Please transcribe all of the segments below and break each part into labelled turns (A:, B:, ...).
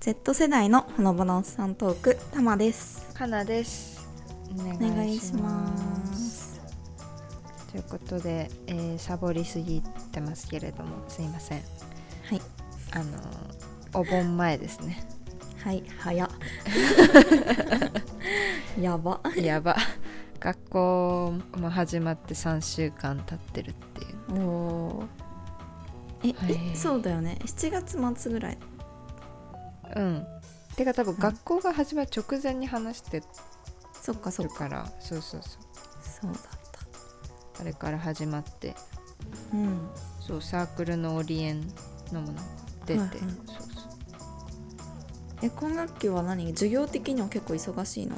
A: Z 世代のほのぼのおっさんトークたまです
B: かなですお
A: お
B: 願
A: 願
B: い
A: い
B: し
A: し
B: ま
A: ますす
B: ということで、えーサボりすぎてますけれどもすいません
A: はい
B: あのーお盆前ですね
A: はい早っ やば
B: やば学校も始まって3週間経ってるっていう
A: おおえ、
B: はい
A: えそうだよね7月末ぐらい
B: うんてか多分学校が始まる直前に話して
A: そっかそっ
B: る
A: か
B: からそうそう
A: そ
B: そう
A: うだっ
B: あれから始まって
A: たうん
B: そうサークルのオリエンのもの出て、
A: はいはい
B: そうそう
A: え今学期は何授業的には結構忙しいの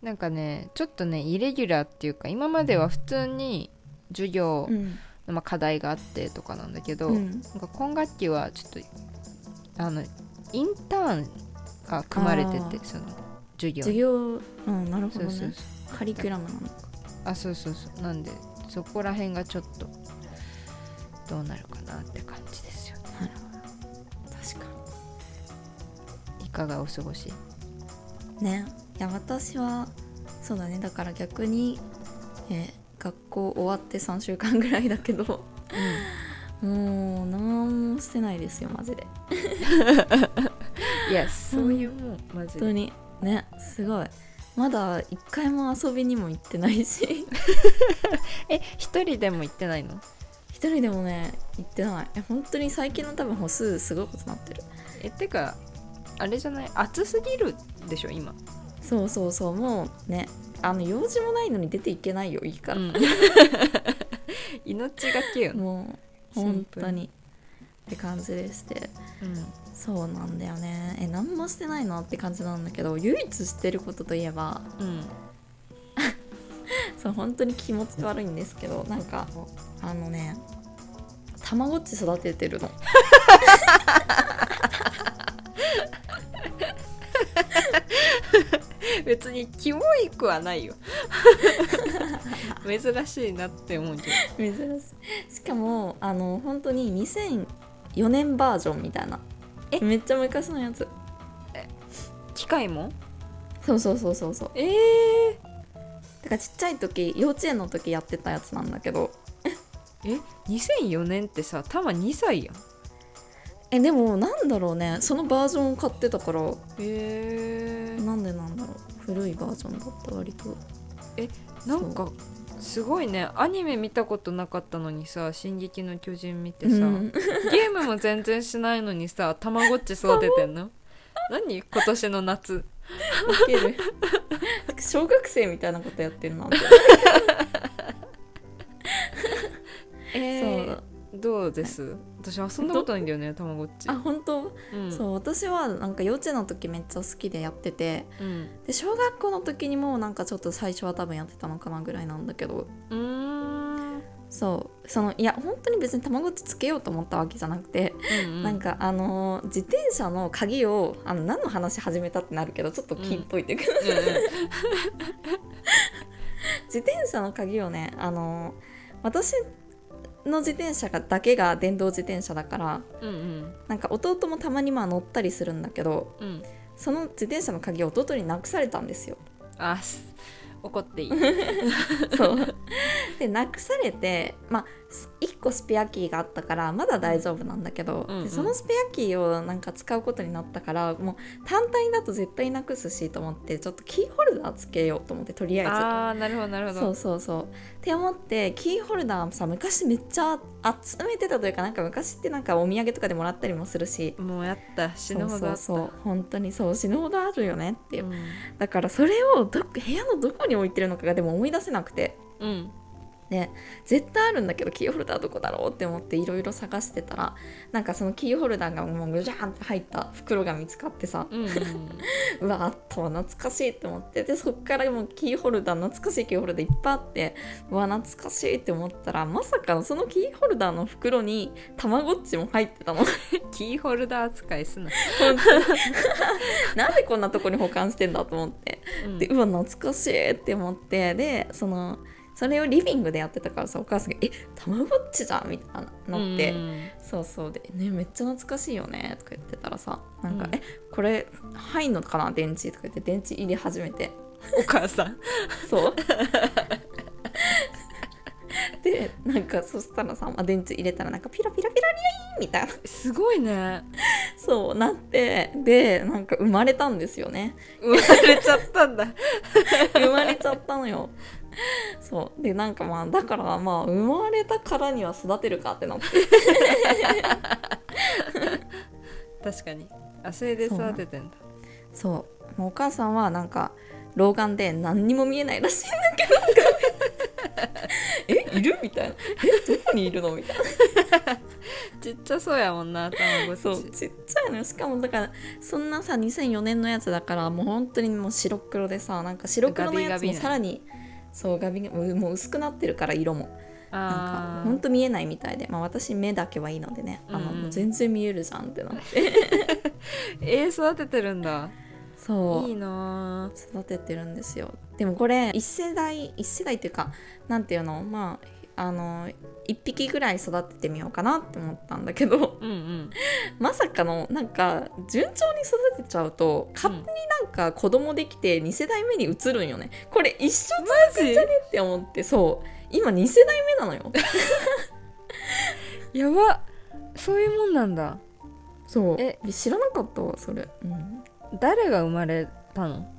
B: なんかねちょっとねイレギュラーっていうか今までは普通に授業、
A: ん
B: まあ、課題があってとかなんだけど、
A: うん
B: なんか今学期はちょっとあのインターンが組まれて
A: あ
B: て
A: ー
B: その授業
A: 授業うんなるほ
B: そ
A: ど
B: うそう
A: ね
B: そう
A: カリキュラムなのか
B: あそうそうそうなんでそこら辺がちょっとどうなるかなって感じですよね
A: 確か
B: いかがお過ごし
A: にねいや私はそうだねだから逆に、えー学校終わって3週間ぐらいだけど もう何もしてないですよマジで
B: いやそういうもうマジ
A: 本当
B: で
A: にねすごいまだ一回も遊びにも行ってないし
B: え一人でも行ってないの
A: 一人でもね行ってないえ本当に最近の多分歩数すごいことになってる
B: えてかあれじゃない暑すぎるでしょ今
A: そうそうそうもうねあの用事もないのに出ていけないよいいから、
B: うん 命がけよ、
A: もう
B: シン
A: 本
B: プル
A: 当にって感じでして
B: うん
A: そうなんだよねえ何もしてないのって感じなんだけど唯一知ってることといえば
B: うん、
A: そう本当に気持ち悪いんですけどなんかあのねたまごっち育ててるの
B: 別にキモいくは ないよ珍しいなって思うけど
A: 珍しいしかもあの本当に2004年バージョンみたいな
B: え
A: めっちゃ昔のやつ
B: 機械も
A: そうそうそうそうそう
B: えー、
A: だからちっちゃい時幼稚園の時やってたやつなんだけど
B: え2004年ってさたま2歳やん
A: えでもなんだろうねそのバージョンを買ってたから
B: え
A: なんでなんだろう古いバージョンだった割と
B: なんかすごいねアニメ見たことなかったのにさ「進撃の巨人」見てさ、
A: うん
B: ゲームも全然しないのにさたまごっち育ててんの何今年の夏
A: ウケる小学生みたいなことやってるな
B: え
A: そ
B: ー
A: う、
B: どうです私遊んだことないんだよねたまごっち
A: あ本当、
B: うん
A: そう私はなんか幼稚園の時めっちゃ好きでやってて
B: うん
A: で小学校の時にもなんかちょっと最初は多分やってたのかなぐらいなんだけど
B: うーん
A: そうそのいや本当に別にたまごっちつけようと思ったわけじゃなくて、な
B: な
A: んかあのー自転車の鍵をあの何の話始めたってなるけどちょっと聞いといてください、 自転車の鍵をねあのー私の自転車がだけが電動自転車だから
B: うんうん
A: なんか弟もたまにまあ乗ったりするんだけど
B: うんうん
A: その自転車の鍵を弟になくされたんですよ。
B: あす怒ってい い
A: そうでなくされて、まあ、1個スペアキーがあったからまだ大丈夫なんだけど、
B: うんうん
A: でそのスペアキーをなんか使うことになったからもう単体だと絶対なくすしと思ってちょっとキーホルダーつけようと思ってとりあ
B: あーなるほどなる
A: えず。
B: ほ
A: そう
B: ど
A: そうそうって思ってキーホルダーさ昔めっちゃ集めてたというかなんか昔ってなんかお土産とかでもらったりもするし
B: もうやった死ぬほど
A: そ
B: あ
A: う
B: った
A: そうそう本当にそう死ぬほどあるよねっていう、
B: うん
A: だからそれをどっ部屋のどこに置いてるのかがでも思い出せなくて
B: うん
A: で絶対あるんだけどキーホルダーどこだろうって思っていろいろ探してたらなんかそのキーホルダーがもうぐじゃーんって入った袋が見つかってさ
B: うん うん
A: うわあったわ懐かしいって思ってでそっからもうキーホルダー懐かしいキーホルダーいっぱいあってうわ懐かしいって思ったらまさかのそのキーホルダーの袋にたまごっちも入ってたの
B: キーホルダー扱いすな、
A: なんでこんなとこに保管してんだと思って
B: うん
A: でうわ懐かしいって思ってでそのそれをリビングでやってたからさお母さんが「えたまごっちじゃん」みたいななって、
B: うん
A: そうそうで「ねめっちゃ懐かしいよね」とか言ってたらさなんか「
B: うん
A: えここれ入んのかな電池」とか言って電池入れ始めて
B: お母さん
A: そう でなんかそしたらさ、まあ、電池入れたらなんかピロピロピロリリンみたいな
B: すごい ね
A: そうなってでなんか生まれたんですよね
B: 生まれちゃったんだ
A: 生まれちゃったのよそうでなんかまあだからまあ生まれたからには育てるかってなって
B: 確かにあそれで育ててんだ
A: そうお母さんはなんか老眼で何にも見えないらしいんだけどなんか えいるみたいなえどこにいるのみたいな
B: ちっちゃそうやもんな卵
A: そ
B: そう
A: ちっちゃいのよしかもだからそんなさ2004年のやつだからもう本当にもう白黒でさなんか白黒のや
B: ガ
A: つ
B: ビガビ
A: も
B: ね
A: さらにそうガビガビもうもう薄くなってるから色もなんか
B: あ
A: ほんと見えないみたいで、まあ、私目だけはいいのでねあの、
B: うんうん
A: もう全然見えるじゃんってなって
B: ーえー、育ててるんだ
A: そう
B: いいな
A: 育ててるんですよでもこれ一世代一世代っていうかなんていうのまああの一匹ぐらい育ててみようかなって思ったんだけど
B: ーうんうん
A: まさかのなんか順調に育てちゃうと勝手になんか子供できて2世代目に移るんよねこれ一生続くんじゃねって思ってそう今2世代目なのよ
B: やばそういうもんなんだ
A: そう
B: え
A: え知らなかったわそれ、うん、
B: 誰が生まれたの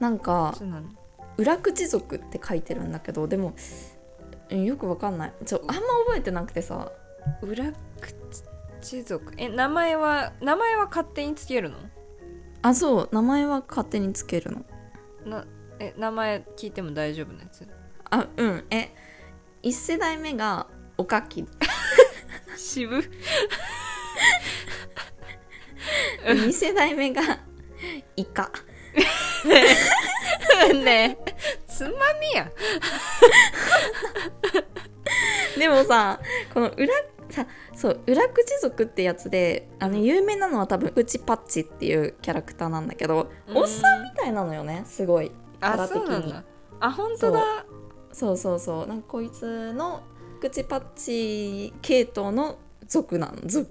A: なんか
B: そうなの
A: 裏口族って書いてるんだけどでもうんよくわかんないちょあんま覚えてなくてさ
B: 裏口族え名前は名前は勝手につけるの
A: あそう名前は勝手につけるの
B: なえ名前聞いても大丈夫なやつ
A: あうんえ一世代目がおかき
B: 渋
A: 二世代目 がイカ
B: ねえつまみや
A: でもさこの裏さそう裏口族ってやつであの有名なのは多分うちパッチっていうキャラクターなんだけどおっさんみたいなのよねすごい
B: あ
A: 腹的
B: そう
A: に
B: なんだあ本当だ
A: そうそうそうなんかこいつの口パッチ系統の族なん族、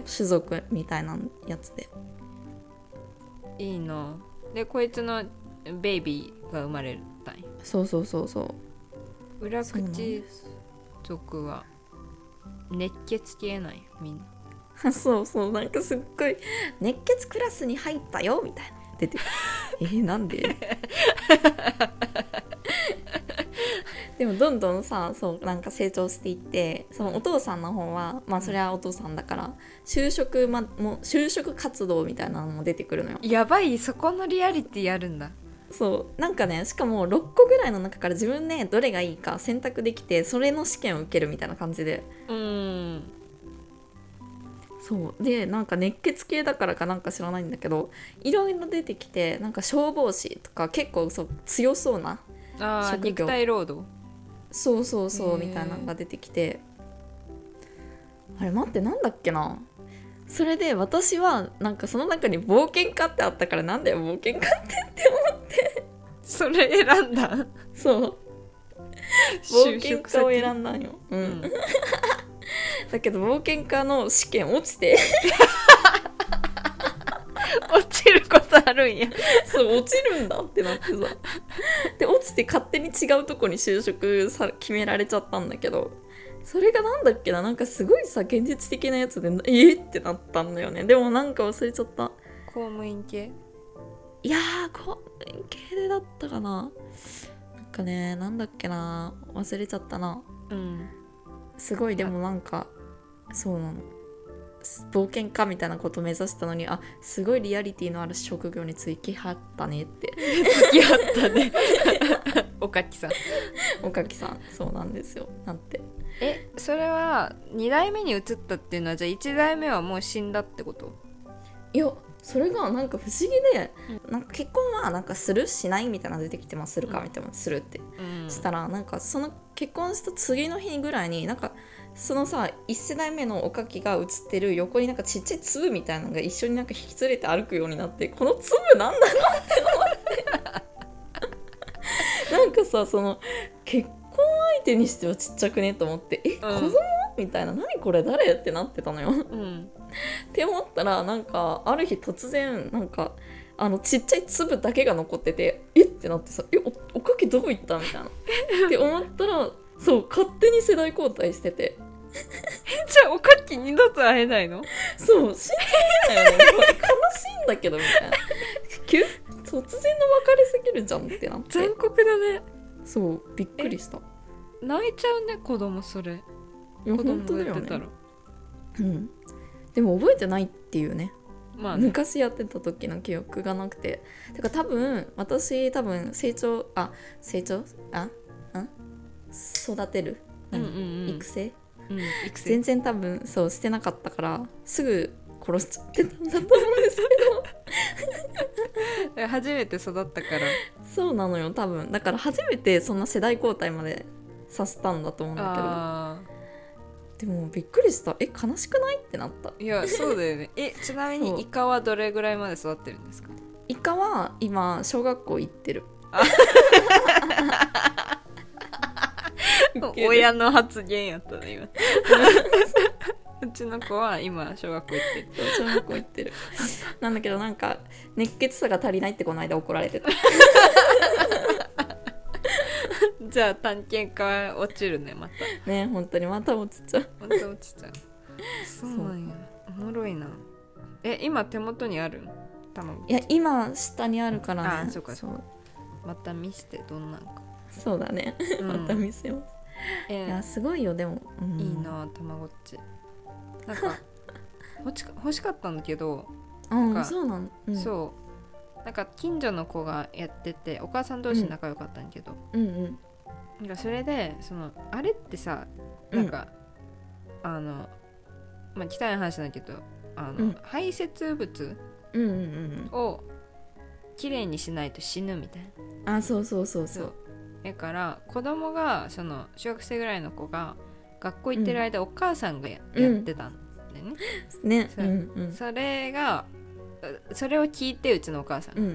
A: そう種族みたいなやつで
B: ー、いいなでこいつのベイビーが生まれたんや
A: そうそうそうそう
B: 裏
A: そうなん
B: 口
A: です
B: 族は熱血系なんやみん な
A: そうそうなんかすっごい熱血クラスに入ったよみたいな出 てくるえー、なん ででもどんどんさそうなんか成長していってそのお父さんの方はまあそれはお父さんだから就職、ま、もう就職活動みたいなのも出てくるのよ
B: やばいそこのリアリティあるんだ
A: そうなんかねしかも6個ぐらいの中から自分ねどれがいいか選択できてそれの試験を受けるみたいな感じで
B: うん
A: そうでなんか熱血系だからかなんか知らないんだけどいろいろ出てきてなんか消防士とか結構そう強そうな
B: あー
A: 職業
B: 肉体労働
A: そうそうそ
B: へ
A: う
B: ー
A: みたいなのが出てきてあれ待ってなんだっけなそれで私はなんかその中に冒険家ってあったからなんだよ冒険家ってって思っ
B: それ選んだ
A: てそう冒険家を選んだんよ、う、
B: うんん、
A: だけど冒険家の試験落ちて
B: 落ちることあるんや
A: そう落ちるんだってなってさで落ちて勝手に違うとこに就職さ決められちゃったんだけどそれがなんだっけななんかすごいさ現実的なやつでえー、ってなったんだよねでもなんか忘れちゃった
B: 公務員系
A: いやーこう系でだったかななんかねなんだっけな忘れちゃったな
B: うん
A: すごいでもなんかそうなの冒険家みたいなこと目指したのにあすごいリアリティのある職業についきはったねって
B: 付き合ったねおかきさん
A: おかきさんそうなんですよなんて
B: えそれは2代目に移ったっていうのはじゃあ1代目はもう死んだってこと
A: いやそれがなんか不思議で、なんか結婚はなんかするしないみたいなの出てきてまするか
B: うん
A: みたいなするって
B: うん
A: したらなんかその結婚した次の日ぐらいになんかそのさ1世代目のおかきが写ってる横になんかちっちゃい粒みたいなのが一緒になんか引き連れて歩くようになってこの粒なんだろう って思ってなんかさその結婚相手にしてはちっちゃくねと思ってえ、
B: うん
A: 子供みたいな何これ誰ってなってたのよっ
B: うん
A: て思ったらなんかある日突然なんかあのちっちゃい粒だけが残っててえってなってさえおおかきどこ行ったみたいなって思ったらそう勝手に世代交代してて
B: じゃあおかき二度と会えないの
A: そう死んじゃったよね悲しいんだけどみたいな急突然の別れすぎるじゃんってなって
B: 残酷だね
A: そうびっくりした
B: 泣いちゃうね子供それ
A: いや
B: 子
A: 本当だ
B: 供がや
A: よ
B: ってた
A: ね
B: ら、
A: うん、でも覚えてないっていうね
B: まあね
A: 昔やってた時の記憶がなくてだから多分私多分成長あ成長あん育てる
B: うん
A: 何、
B: うんうん
A: 育成
B: うん育成
A: 全然多分そうしてなかったからすぐ殺しちゃってたんだと思うんですけ ど
B: 初めて育ったから
A: そうなのよ多分だから初めてそんな世代交代までさせたんだと思うんだ
B: あ
A: けどでもびっくりしたえ悲しくないってなった
B: ーいやそうだよねえちなみ
A: そ
B: に
A: う
B: イカはどれぐらいまで育ってるんですか
A: イカは今小学校行ってる ケる
B: 親の発言やった ね今うちの子は今小学校行ってる
A: 小学校行ってるなんだけどなんか熱血さが足りないってこの間怒られてた
B: じゃあ探検家落ちるねまた
A: ね本当にまた落ちちゃう
B: また落ちちゃうそうなんやおもろいなえ今手元にあるん卵
A: いや今下にあるからね
B: あそうか
A: そう
B: また見せてどんなんか、
A: そうだね、
B: うん
A: また見せます、
B: え
A: いやすごいよでも、うん
B: いいなたまごっちなんか欲しか欲しかったんだけど、
A: うん
B: なんか
A: そうなん、うん、う
B: そうなんか近所の子がやっててお母さん同士仲良かったんだけど、
A: うんうん
B: なんかそれでそのあれってさなんか、あのまあ汚い話なんだけどあの、
A: うん
B: 排泄物
A: うんうんうん
B: をきれいにしないと死ぬみたいな
A: うんあそうそうそうそ
B: そう
A: う
B: だから子供がその小学生ぐらいの子が学校行ってる間、お母さんがややってたんだよね、
A: ね
B: そううん
A: うん
B: それがうそれを聞いてうちのお母さん
A: う、ん
B: も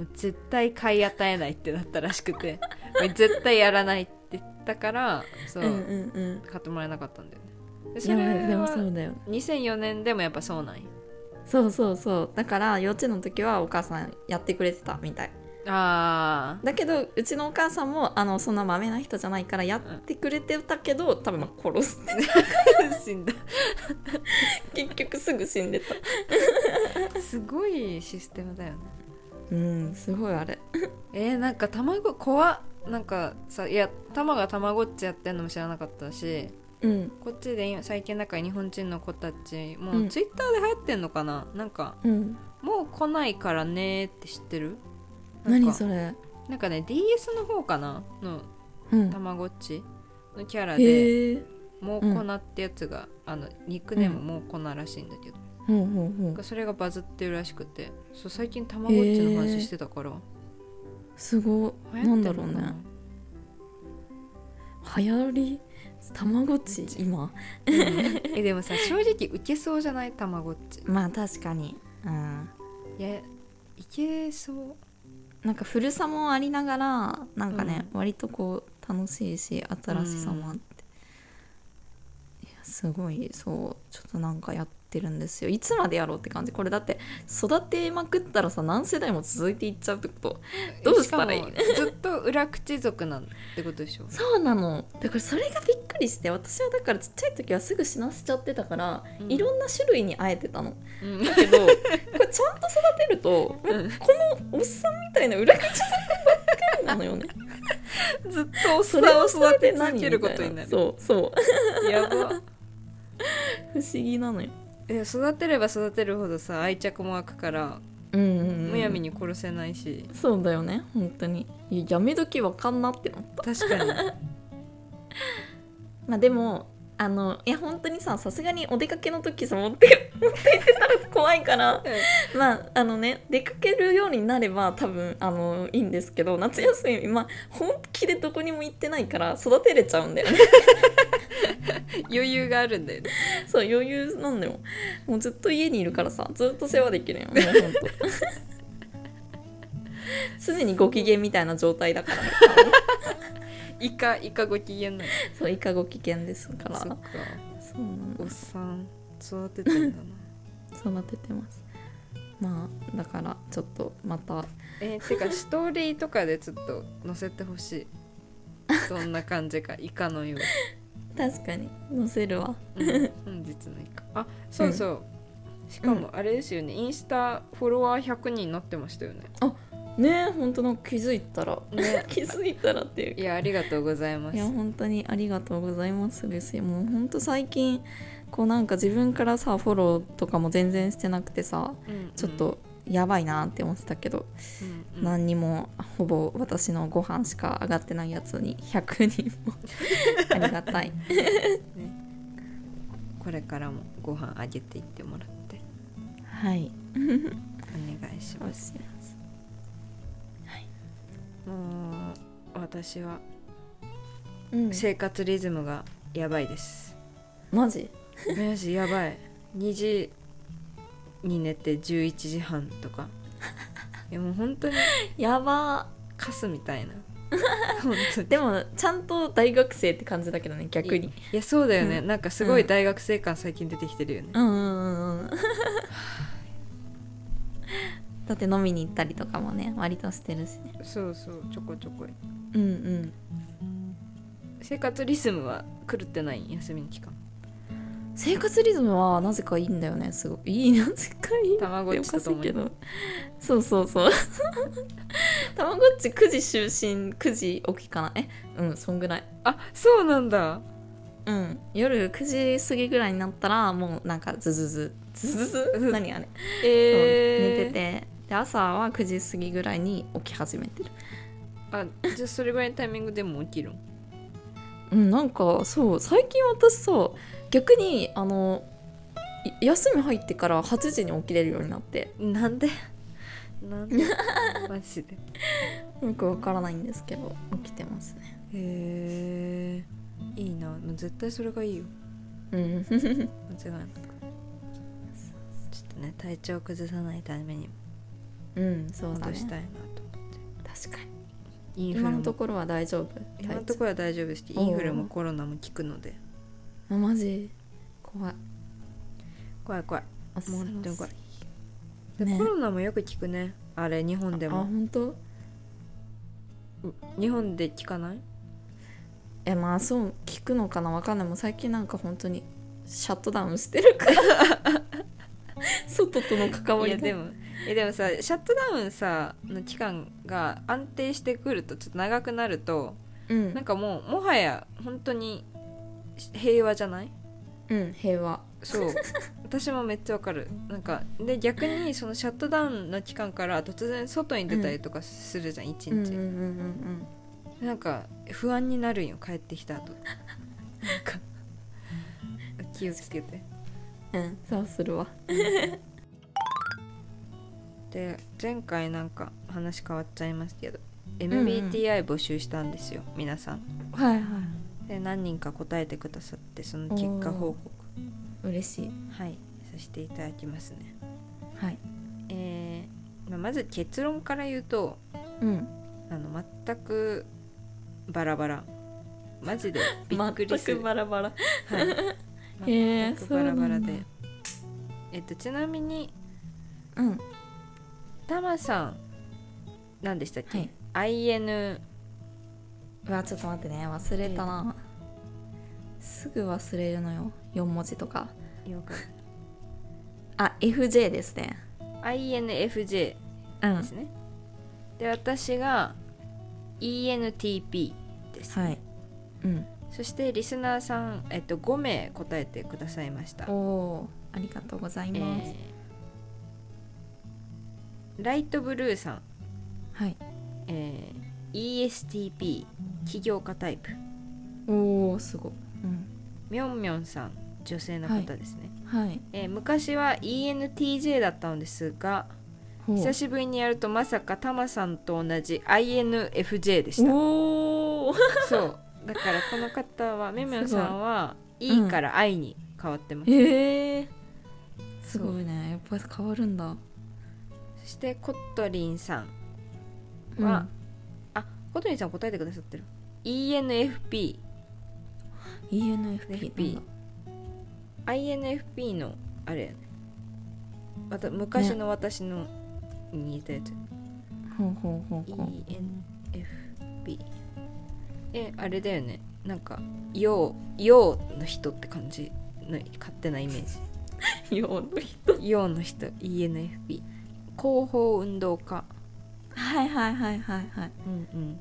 B: う絶対買い与えないってなったらしくて もう絶対やらないって言ったからそう、
A: うんうんうん
B: 買ってもらえなかったんだよねで
A: い
B: それ
A: やでもそ
B: は
A: うだよ
B: 2004年でもやっぱそうなんや
A: そうそうそうだから幼稚園の時はお母さんやってくれてたみたい
B: あ
A: だけどうちのお母さんもあのそんなマメな人じゃないからやってくれてたけど、多分まあ殺す
B: ー死んだ
A: 結局すぐ死んでた
B: すごいシステムだよね
A: うんすごいあれ
B: えー、なんか卵怖っなんかさいやたまがたまごっちやってんのも知らなかったし
A: うん
B: こっちで今最近なんか日本人の子たちも
A: う
B: うんツイッターで流行ってんのかな、なんか
A: うん
B: もう来ないからねーって知ってるなんか
A: 何それ
B: なんかね DS の方かなの
A: うん
B: たまごっちのキャラで
A: へえ
B: もうこなってやつが、あのニックネームもうこならしいんだけど、
A: ほうほうほ
B: なん
A: う
B: かそれがバズってるらしくてそう最近たまごっちの話してたから、
A: すごい
B: 流
A: な
B: 行
A: ん
B: って
A: だ
B: ん
A: ろ
B: の
A: う
B: か
A: ね流行りたまごっち今
B: えでもさ正直ウケそうじゃないたまごっち
A: まあ確かにうん
B: いやいけそう
A: なんか古さもありながらなんかね、割とこう楽しいし新しさもあって、いやすごいそうちょっとなんかやってるんですよいつまでやろうって感じこれだって育てまくったらさ何世代も続いていっちゃうってことどうしたらいい
B: しかもずっと裏口族なんてことでしょ
A: そうなのだからそれがびっくりして私はだからちっちゃい時はすぐ死なせちゃってたから、
B: うん
A: いろんな種類に会えてたの
B: うん
A: だけどこれちゃんと育てると
B: うん
A: このおっさんみたいな裏口さんばっかりなの よね
B: ずっとおっさ
A: そ
B: ん
A: れ
B: を
A: を
B: 育
A: 育
B: て
A: て
B: 続
A: 何
B: けることになる
A: そうそう
B: やば
A: 不思議なのよ
B: いや育てれば育てるほどさ愛着も湧くから
A: うんうんうん、
B: むやみに殺せないし、
A: そうだよね本当にいややめ時わかんなってなった
B: 確 かに
A: まあでもあのいや本当にささすがにお出かけの時さ持って 持って行ってたら怖いからまああのね出かけるようになれば多分あのいいんですけど夏休みまあ本気でどこにも行ってないから育てれちゃうんだよね
B: 余裕があるんだよね
A: そう余裕なんだよもうずっと家にいるからさずっと世話できるよもうほんと 常にご機嫌みたいな状態だからね
B: イカイカご機嫌なの
A: そうイカご機嫌ですから
B: そっか
A: そうなの
B: おっさん育ててんだな
A: 育ててますまあだからちょっとまた
B: えてかストーリーとかでちょっと載せて ほしいどんな感じかイカのよ
A: 確かに載せるわ
B: う、うん、本日のイカあそうそう、しかもあれですよねインスタフォロワー100人になってましたよね
A: ねえほんとなんか気づいたら
B: ね
A: 気づいたらっていう
B: いやありがとうございま
A: い
B: す
A: や本当にありがとうございますですよもうほんと最近こうなんか自分からさフォローとかも全然してなくてさ
B: うん
A: ちょっ、とやばいなって思ってたけど、
B: うんうん
A: 何にもほぼ私のご飯しか上がってないやつに100人も ありがたい
B: これからもご飯あげていってもらって
A: はい
B: お願いし
A: お
B: ます
A: します
B: もう私は
A: うん
B: 生活リズムがやばいです、
A: マジ
B: マジやばい2時に寝て11時半とかいやもう本当に
A: やば
B: カスみたいな本当に
A: でもちゃんと大学生って感じだけどね逆に
B: いやそうだよね、
A: う
B: なんかすごい大学生感最近出てきてるよね、
A: うんうんうんうんだって飲みに行ったりとかもね割としてるしね
B: そうそうちょこちょこ
A: うんうん
B: 生活リズムは狂ってない休みの期間
A: 生活リズムはなぜかいいんだよねすごいいいなぜかいい
B: たまごっ
A: お
B: ちと
A: かしい
B: 共
A: け
B: に
A: どそうそうそう たまごっち9時就寝9時起きかなえうんそんぐらい
B: あそうなんだ
A: うん夜9時過ぎぐらいになったらもうなんかズズズズズズ何あれ、そう
B: えー、
A: 寝ててで朝は9時過ぎぐらいに起き始めてる
B: あじゃあそれぐらいのタイミングでも起きるん
A: うんなんかそう最近私さ逆にあのい休み入ってから8時に起きれるようになって
B: なんでなん でマジで
A: よくわからないんですけど起きてますね
B: へえいいなもう絶対それがいいよ
A: うん
B: 間違いなくちょっとね体調崩さないためにも
A: うんそうだ
B: 戻
A: ね
B: したいなと、
A: 確かに
B: インフル
A: 今
B: も
A: のところは大丈夫
B: 今の
A: 体
B: と
A: 調
B: ころは大丈夫ですけどインフルもコロナも効くので
A: あマジ怖い
B: 怖い怖いもう本当に怖いで、
A: ね
B: コロナもよく効くねあれ日本で
A: あ
B: も
A: 本当
B: 日本で効かない
A: えまあそう聞くのかなわかんないもう最近なんか本当にシャットダウンしてるから 外との関わ
B: い
A: りが
B: やでもいやでもさシャットダウンさの期間が安定してくるとちょっと長くなると
A: うん
B: なんかもうもはや本当に平和じゃない
A: うん平和
B: そう私もめっちゃわかるなんかで逆にそのシャットダウンの期間から突然外に出たりとかするじゃん、一
A: うんうんうん
B: 日、
A: うん
B: なんか不安になるんよ帰ってきた後なんか気をつけて
A: うんうんそうするわ
B: で前回なんか話変わっちゃいますけど
A: んうん
B: MBTI 募集したんですよ、皆さん
A: はいはい
B: で何人か答えてくださってその結果報告
A: 嬉しい
B: はいさせていただきますね
A: はい
B: えーまあまず結論から言うと
A: うん
B: あの全くバラバラマジでびっくりする、
A: ラバラ
B: はい、
A: へえ
B: 全くバラバラ
A: そうな
B: で
A: んだ
B: えっとちなみに
A: うん
B: タマさん何でしたっけ、
A: はい
B: IN
A: うわちょっと待ってね忘れたな、すぐ忘れるのよ4文字とか
B: よく
A: あ FJ ですね
B: INFJ
A: うん
B: ですね、で私が ENTP です、
A: はいうん
B: そしてリスナーさん、えっと、5名答えてくださいました
A: お、おーありがとうござい
B: え
A: ます、
B: ーライトブルーさん、
A: はい
B: えー ESTP 起業家タイプ
A: おおすごいうん
B: みょんみょんさん女性の方ですね、
A: はい
B: えー昔は ENTJ だったのですが久しぶりにやるとまさかタマさんと同じ INFJ でし た
A: おお
B: そうだからこの方はみょんみょんさんは「
A: い
B: いい」から「愛」に変わってます、
A: えー、すごいねやっぱり変わるんだ
B: そしてコットリンさんは、あコットリンさん答えてくださってる ENFP
A: ENFP なんだ
B: INFP のあれやねわた昔の私のに似たやつ、
A: ほうほうほうほう
B: ENFP えあれだよねなんか陽陽の人って感じの勝手なイメージ
A: 陽の人
B: 陽の人 ENFP 広報運動家
A: はいはいはいはいはい
B: うんうん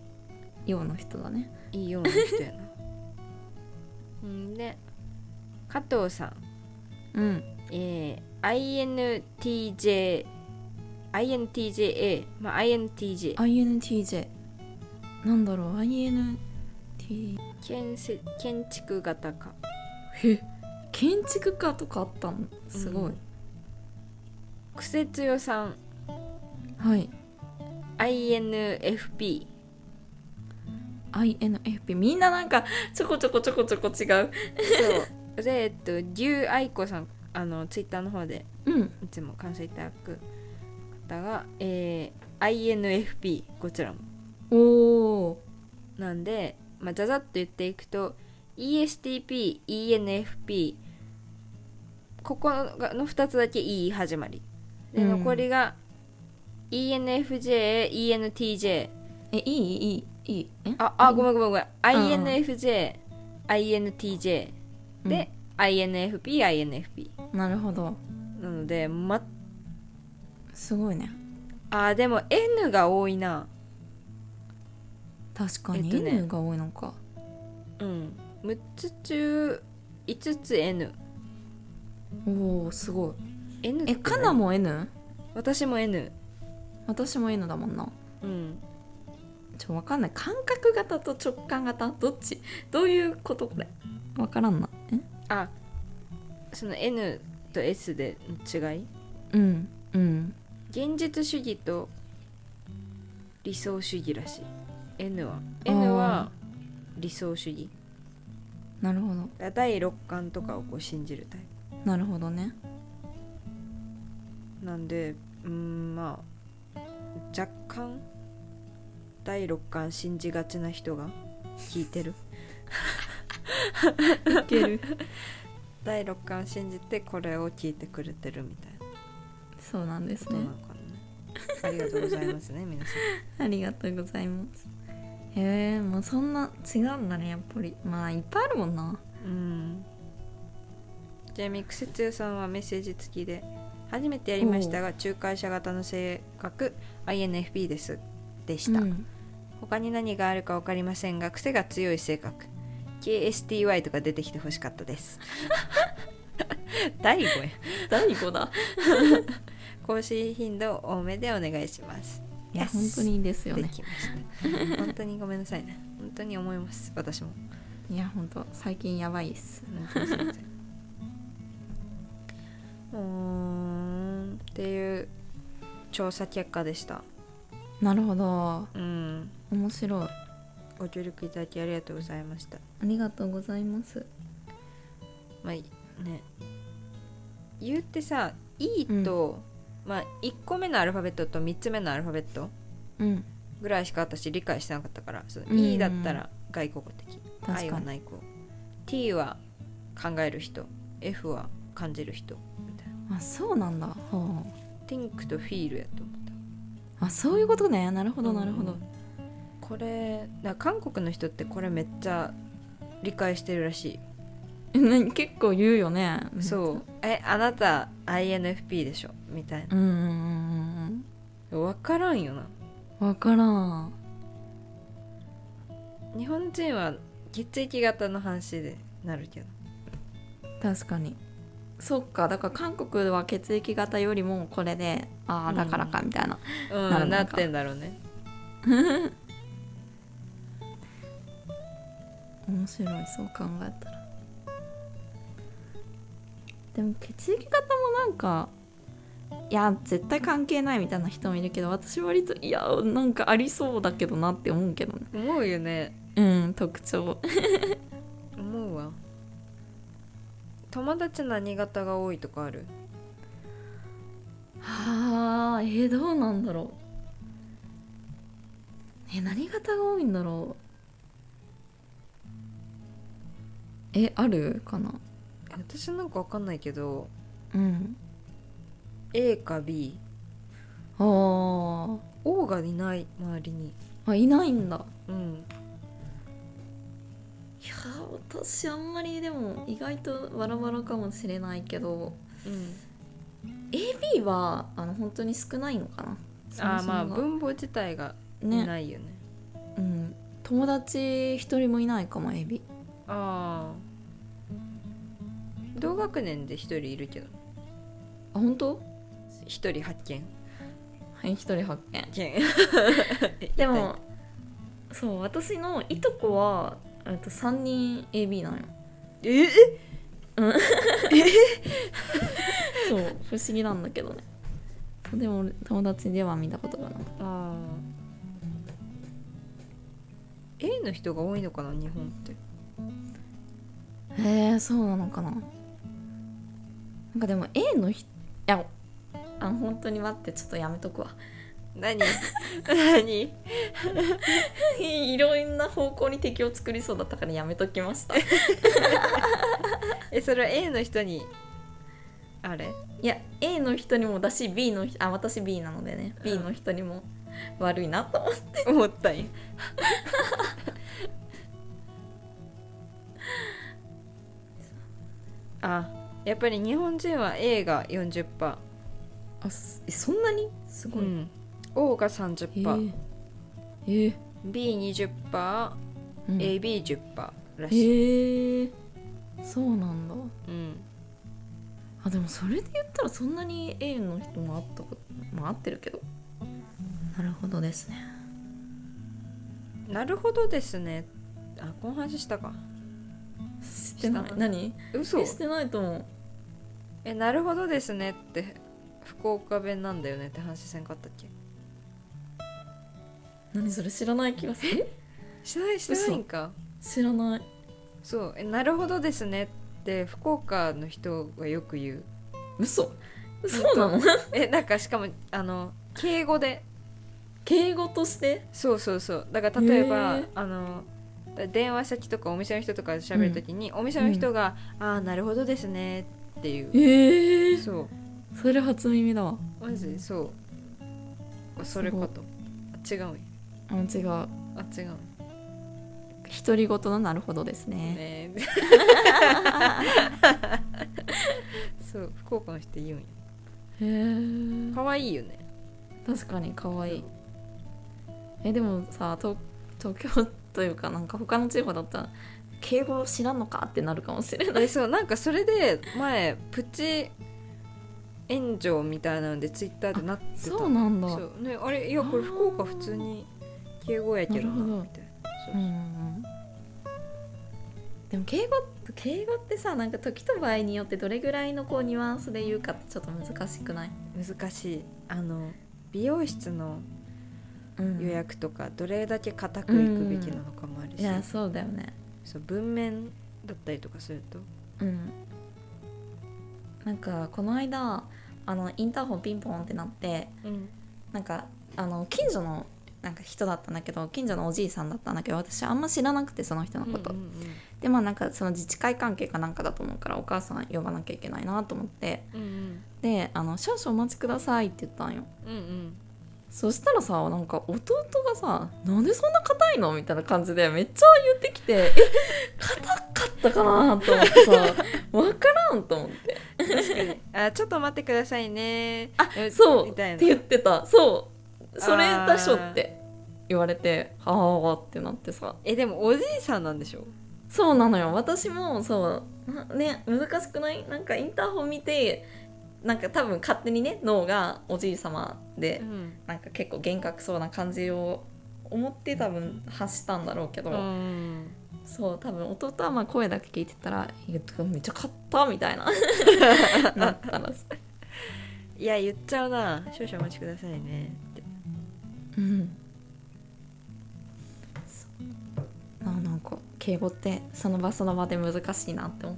A: 陽の人だね
B: いいような人やな うんで加藤さん
A: うん
B: えー、INTJ INTJA まあ INTJ
A: INTJ なんだろう INT
B: 建設建築型か
A: へ建築家とかあったのすごい、
B: 癖強さん
A: はい
B: INFP
A: INFP みんななんかちょこちょこちょこちょこ違う
B: そうでえっと牛愛子さんあのツイッターの方で
A: うん
B: いつも感想いただく方が、えー、INFP こちらも
A: おお
B: なんで、まあ、ざざっと言っていくと ESTP、ENFP ここがの2つだけ E 始まりで
A: うん
B: 残りが ENFJ、ENTJ
A: えいいいいいいえ
B: ああごめんごめんごめん
A: うん
B: INFJ、INTJ で、INFP、INFP
A: なるほど
B: なので、ま、
A: すごいね
B: あーでも N が多いな
A: 確かに、
B: えっとね
A: N が多いのか
B: うん6つ中5つ NN
A: おおすごいえカナも N?
B: 私も N
A: 私も N だもんな
B: うん
A: ちょわかんない感覚型と直感型どっちどういうことこれわからんなえ
B: あその N と S での違い
A: うんうん
B: 現実主義と理想主義らしい N は
A: あー
B: N は理想主義
A: なるほど
B: だから第六感とかをこう信じるタイ
A: なるほどね
B: プなんでうーんまあ若干第六感信じがちな人が聞い てる
A: いける
B: 第六感信じてこれを聞いてくれてるみたいな
A: そうなんです
B: ことな
A: ね
B: のかな、ありがとうございますね皆さん
A: ありがとうございますへえもうそんな違うんだねやっぱりまあいっぱいあるもんな
B: うんちなみにクセツヨさんはメッセージ付きで初めてやりましたが仲介者型の性格 INFP ですでした、
A: うん
B: 他に何があるか分かりませんが癖が強い性格 KSTY とか出てきてほしかったです 第5位
A: 第5だ
B: 更新頻度多めでお願いします
A: いや
B: Yes
A: 本当にいいですよ
B: で
A: ね
B: きました本当にごめんなさいね本当に思います私も
A: いや本当最近やばいっす
B: うーんっていう調査結果でした。
A: なるほど
B: うん、
A: 面白いあ
B: ご協力いただきありがとうございました。
A: りがとうございます
B: まあいね、言ってさ、E と、まあ1個目のアルファベットと3つ目のアルファベット
A: うん
B: ぐらいしか私理解してなかったから、その
A: うん
B: E だったら外国的、
A: 確か
B: I
A: に
B: は内向、T は考える人、F は感じる人みたいな。
A: あそうなんだは
B: Think と Feel やと思った。
A: ああそういうことねなるほどなるほ
B: う
A: ど
B: んこれだから韓国の人ってこれめっちゃ理解してるらし
A: え何結構言うよね
B: いそうえあなた INFP でしょみたい
A: うんうんうんうん
B: な分からんよな
A: うんわからん
B: 日本人は血液型の話でなるけど
A: 確かにそっかだから韓国は血液型よりもこれでああだからかみたいな、
B: う
A: な
B: んな
A: るのか
B: ってんだろうね
A: 面白いそう考えたらでも血液型もなんかいや絶対関係ないみたいな人もいるけど私割といやなんかありそうだけどなって思うけどね
B: 思うよね
A: うん特徴
B: 思うわ友達何型が多いとかある
A: はあえー、どうなんだろうえ何型が多いんだろうえあるかな
B: 私なんかわかんないけど
A: うん。
B: A か B
A: あ
B: O がいない周りに
A: あ。あ、いないんだ。
B: うん
A: いやー私あんまりでも意外とバラバラかもしれないけど
B: うん
A: B はあの本当に少ないのかな
B: あーまあ
A: そもそも
B: 分母自体が
A: が
B: い
A: ね
B: ないよね
A: うん、友達一人もいないかも AB
B: ああ同学年で一人いるけど
A: あ本当
B: 一人発見
A: はい一人発見
B: 発見
A: でもそう私のいとこはえっと3人 AB なんよ
B: ええ
A: そう不思議なんだけどねそうでも友達では見たことがない
B: あー A の人が多いのかな日本って
A: へえそうなのかななんかでも A の人いやあ本当に待ってちょっとやめとくわ
B: 何 何
A: いろんな方向に敵を作りそうだったからやめときま したい
B: えそれは A の人にあれ
A: や A の人にもだし B の人あ私 B なのでね B の人にも悪いなと思って
B: 思った んやあやっぱり日本人は A が40%、パ
A: あすえそんなにす
B: ー
A: ご
B: う
A: い、
B: ん、O が
A: え
B: 30%、パー
A: ー、えー
B: B20%、パ
A: う
B: ー
A: ん、
B: AB10%、パーらし
A: へ
B: い、
A: えそうなんだ
B: うん、
A: あでもそれで言ったらそんなに A の人もあったことまあ合ってるけどなるほどですね
B: なるほどですねあこの話したか
A: 知ってない
B: した
A: 何
B: 嘘
A: えしてないと思う
B: えなるほどですねって福岡弁なんだよねって話せんかったっけ
A: 何それ知らない気がする
B: しないしてないんか
A: 知らない
B: そうえなるほどですねって福岡の人がよく言う
A: 嘘そうなの
B: えなんかしかもあの敬語で
A: 敬語として
B: そうそうそうだから例えば、
A: へー
B: あの電話先とかお店の人とかで喋るときに、お店の人が「ああなるほどですね」っていう、
A: ええ
B: そう
A: それ初耳だわ
B: マジでそうそれかとあ違うんや
A: あ違う
B: あ違うん
A: 独り言のなるほどですね
B: ね そう福岡の人言うんや
A: へえ
B: 可愛いよね
A: 確かに可愛いえでもさ東東京というかなんか他の地方だったら敬語知らんのかってなるかもしれない
B: え そうなんかそれで前プチ炎上みたいなのでツイッターでなってた
A: そうなんだ
B: そうねあれいやこれ福岡普通に敬語やけ
A: な
B: ど
A: るほど
B: なみたいな
A: うんうんうんでも敬語敬語ってさなんか時と場合によってどれぐらいのこうニュアンスで言うかってちょっと難しくない、
B: 難しいあの美容室の
A: うん
B: 予約とかどれだけ固くいくべきなのかもある
A: い
B: し、
A: やそうだよね
B: そう文面だったりとかすると
A: うんなんかこの間あのインターホンピンポンってなって
B: うん
A: なんかあの近所のなんか人だったんだけど近所のおじいさんだったんだけど私あんま知らなくてその人のこと、
B: うんうん
A: でまあなんかその自治会関係かなんかだと思うからお母さん呼ばなきゃいけないなと思って
B: うんうん
A: であの「少々お待ちください」って言ったんよ
B: うんうん
A: そしたらさなんか弟がさ「なんでそんな硬いの?」みたいな感じでめっちゃ言ってきて「え硬かったかな?」と思って さ「分からん」と思って
B: あちょっと待ってくださいね
A: あ
B: え
A: そう
B: み
A: った
B: い
A: て
B: な
A: 言ってたそうそれ
B: あー
A: だっしょって言われて「はあ」ってなってさ
B: えでもおじいさんなんでしょ
A: そうなのよ私もそうなね難しくないなんかインターホン見てなんか多分勝手にね脳がおじい様で
B: ん
A: なんか結構幻覚そうな感じを思って多分発したんだろうけど、
B: うん
A: そう多分弟はまあ声だけ聞いてたら「いやめっちゃ買った」みた いななったらしい
B: いや言っちゃうな少々お待ちくださいねって
A: うんそうあなんか敬語ってその場その場で難しいなって思っ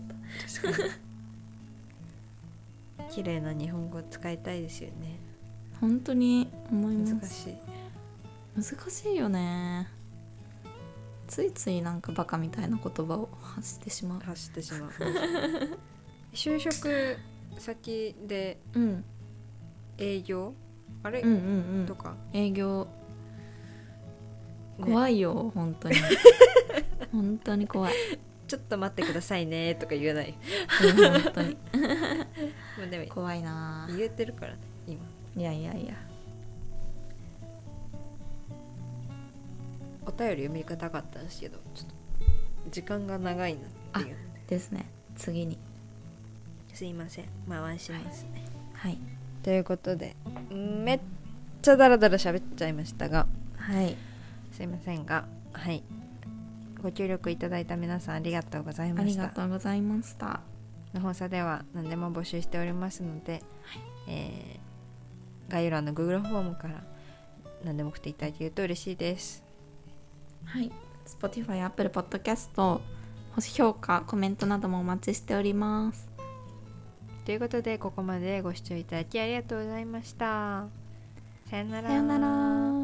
A: た
B: 綺麗な日本語使いたいですよね
A: 本当に思います
B: 難しい
A: 難しいよねついついなんかバカみたいな言葉を発してしまう
B: 発してしまう就職先で
A: うん
B: 営業あれ、
A: うんうんう
B: と
A: ん
B: か
A: 営業
B: ね
A: 怖いよ、本 当に本当に怖い、
B: ちょっと待ってくださいねとか言えない
A: うん本当に
B: まあでも
A: 怖いな
B: 言えてるからね今
A: いやいやいや
B: お便り読み方かったんですけどちょっと時間が長いなっていう
A: ですね次に
B: すいません回しますね、
A: はい
B: ということでめっちゃダラダラ喋っちゃいましたが
A: はい
B: すいませんがはいご協力いただいた皆さんありがとうござい
A: あ
B: ま
A: り
B: し
A: が
B: た
A: とうございました
B: の放送では何でも募集しておりますので、えー概要欄の Google フォームから何でも送っていただけると嬉しいです
A: はい、Spotify、Apple Podcast、星評価、コメントなどもお待ちしております。
B: ということでここまでご視聴いただきありがとうございましたさよな
A: さようなら。